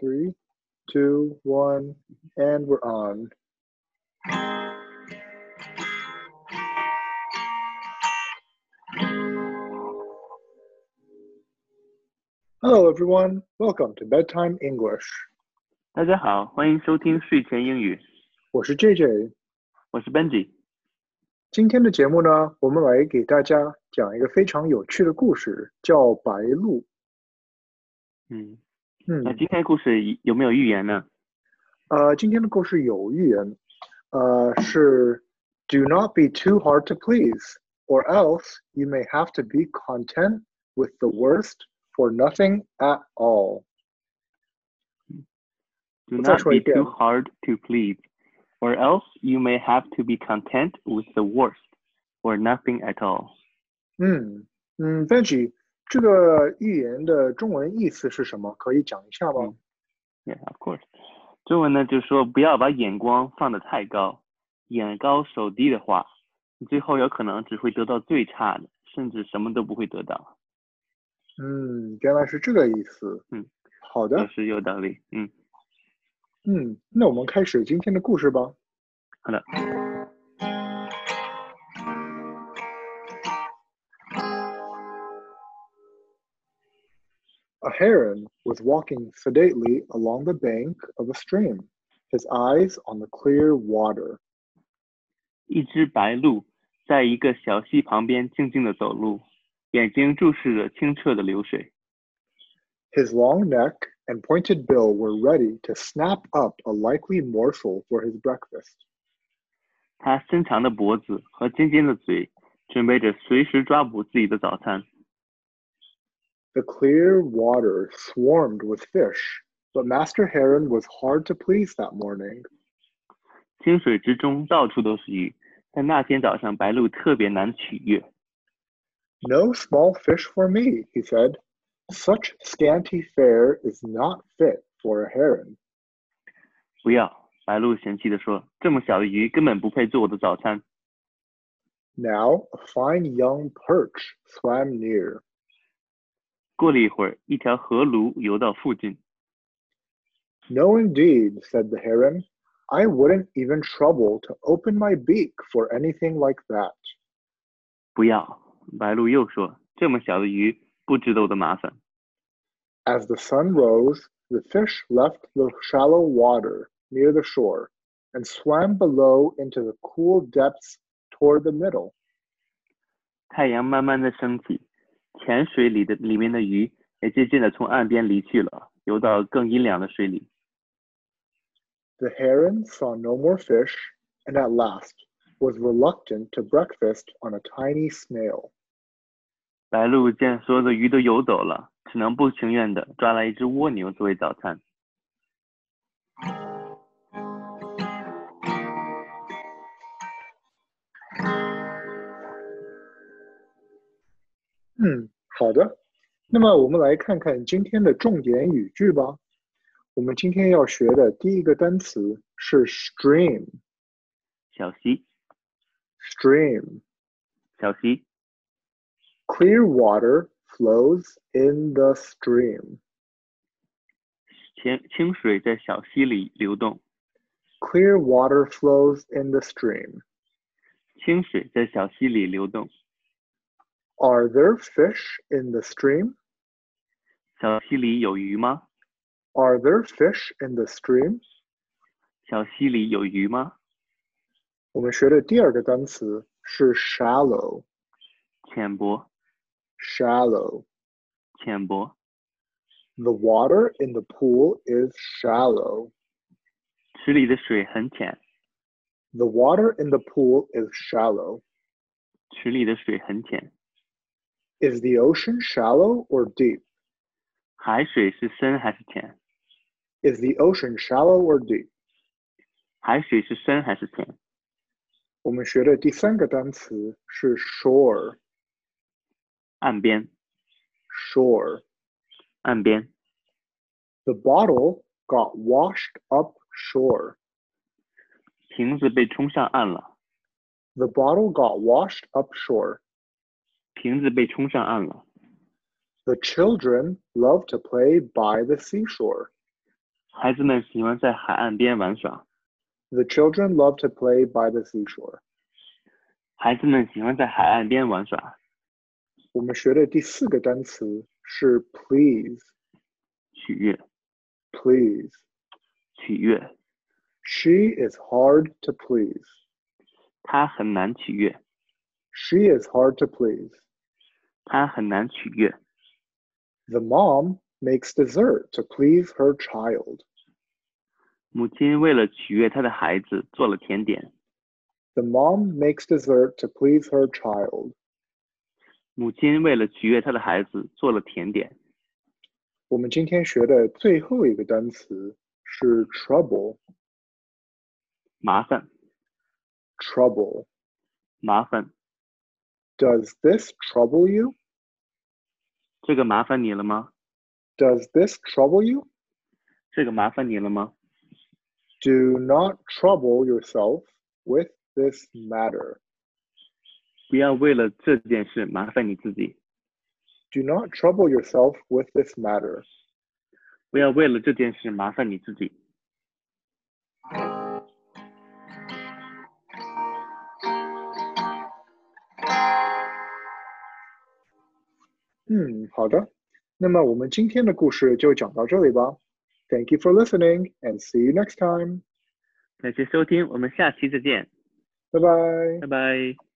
Three, two, one, and we're on. Hello, everyone. Welcome to Bedtime English. 大家好，欢迎收听睡前英语，我是 JJ。我是 Benji。今天的节目呢，我们来给大家讲一个非常有趣的故事，叫《白鹭》。嗯，嗯那，今天的故事有有没有预言呢？呃，今天的故事有预言，呃，是 "Do not be too hard to please, or else you may have to be content with the worst for nothing at all." Do 我再 not 说一 be 遍 too hard to please, or else you may have to be content with the worst, or nothing at all. 嗯嗯，Veggie，这个预言的中文意思是什么？可以讲一下吗？ Yeah, of course. 中文呢，就是说不要把眼光放得太高，眼高手低的话，你最后有可能只会得到最差的，甚至什么都不会得到。嗯，原来是这个意思。嗯，好的也。是有道理。嗯，嗯，那我们开始今天的故事吧。好的。 A heron was walking sedately along the bank of a stream, his eyes on the clear water. 一只白鹭在一个小溪旁边静静地走路，眼睛注视着清澈的流水。 His long neck and pointed bill were ready to snap up a likely morsel for his breakfast. 它伸长的脖子和尖尖的嘴，准备着随时抓捕自己的早餐。 The clear water swarmed with fish, but Master Heron was hard to please that morning. 清水之中到处都是鱼，但那天早上白鹭特别难取悦。 No small fish for me, he said. Such scanty fare is not fit for a heron. 不要，白鹭嫌弃地说：“这么小的鱼根本不配做我的早餐。 Now a fine young perch swam near. ”过了一会儿，一条河鲈游到附近。 No, indeed, said the heron. I wouldn't even trouble to open my beak for anything like that. 不要，白鹭又说：“这么小的鱼不值得我的麻烦。” As the sun rose, the fish left the shallow water near the shore and swam below into the cool depths toward the middle. 太阳慢慢的升起，浅水里的里面的鱼也渐渐的从岸边离去了，游到更阴凉的水里。 The heron saw no more fish and at last was reluctant to breakfast on a tiny snail. 白鹭见所有的鱼都游走了，只能不情愿的抓来一只蜗牛作为早餐。嗯，Hmm, 好的。那么我们来看看今天的重点语句吧。我们今天要学的第一个单词是 stream，stream 小溪，小溪， Clear water flows in the stream. 清清水在小溪里流动， Clear water flows in the stream. 清水在小溪里流动， Are there fish in the stream? 小溪里有鱼吗？ Are there fish in the stream? 小溪里有鱼吗？我们学的第二个单词是 shallow。浅薄， Shallow. 浅薄， The water in the pool is shallow. 池里的水很浅， The water in the pool is shallow. 池里的水很浅， Is the ocean shallow or deep? 海水是深还是浅？ Is the ocean shallow or deep? 海水是深还是浅？我们学的第三个单词是 shore。岸边， Shore. 岸边， The bottle got washed up shore. 瓶子被冲上岸了， The bottle got washed up shore. 瓶子被冲上岸了。 The children love to play by the seashore. 孩子们喜欢在海岸边玩耍， The children love to play by the seashore. 孩子们喜欢在海岸边玩耍。我们学的第四个单词是 please, 取悦， please. 取悦， She is hard to please. 他很难取悦， She is hard to please. 他很难取悦。 The mom makes dessert to please her child. 母亲为了取悦她的孩子做了甜点， The mom makes dessert to please her child. 母亲为了取悦她的孩子做了甜点。我们今天学的最后一个单词是 trouble, 麻烦， trouble. 麻烦， Does this trouble you? 这个麻烦你了吗？ Does this trouble you? 这个麻烦你了吗？ Do not trouble yourself with this matter. 不要为了这件事麻烦你自己， Do not trouble yourself with this matter. 不要为了这件事麻烦你自己。Hmm, 嗯，好的。那么我们今天的故事就讲到这里吧。Thank you for listening and see you next time. 感谢收听，我们下期再见， Bye bye. 拜拜。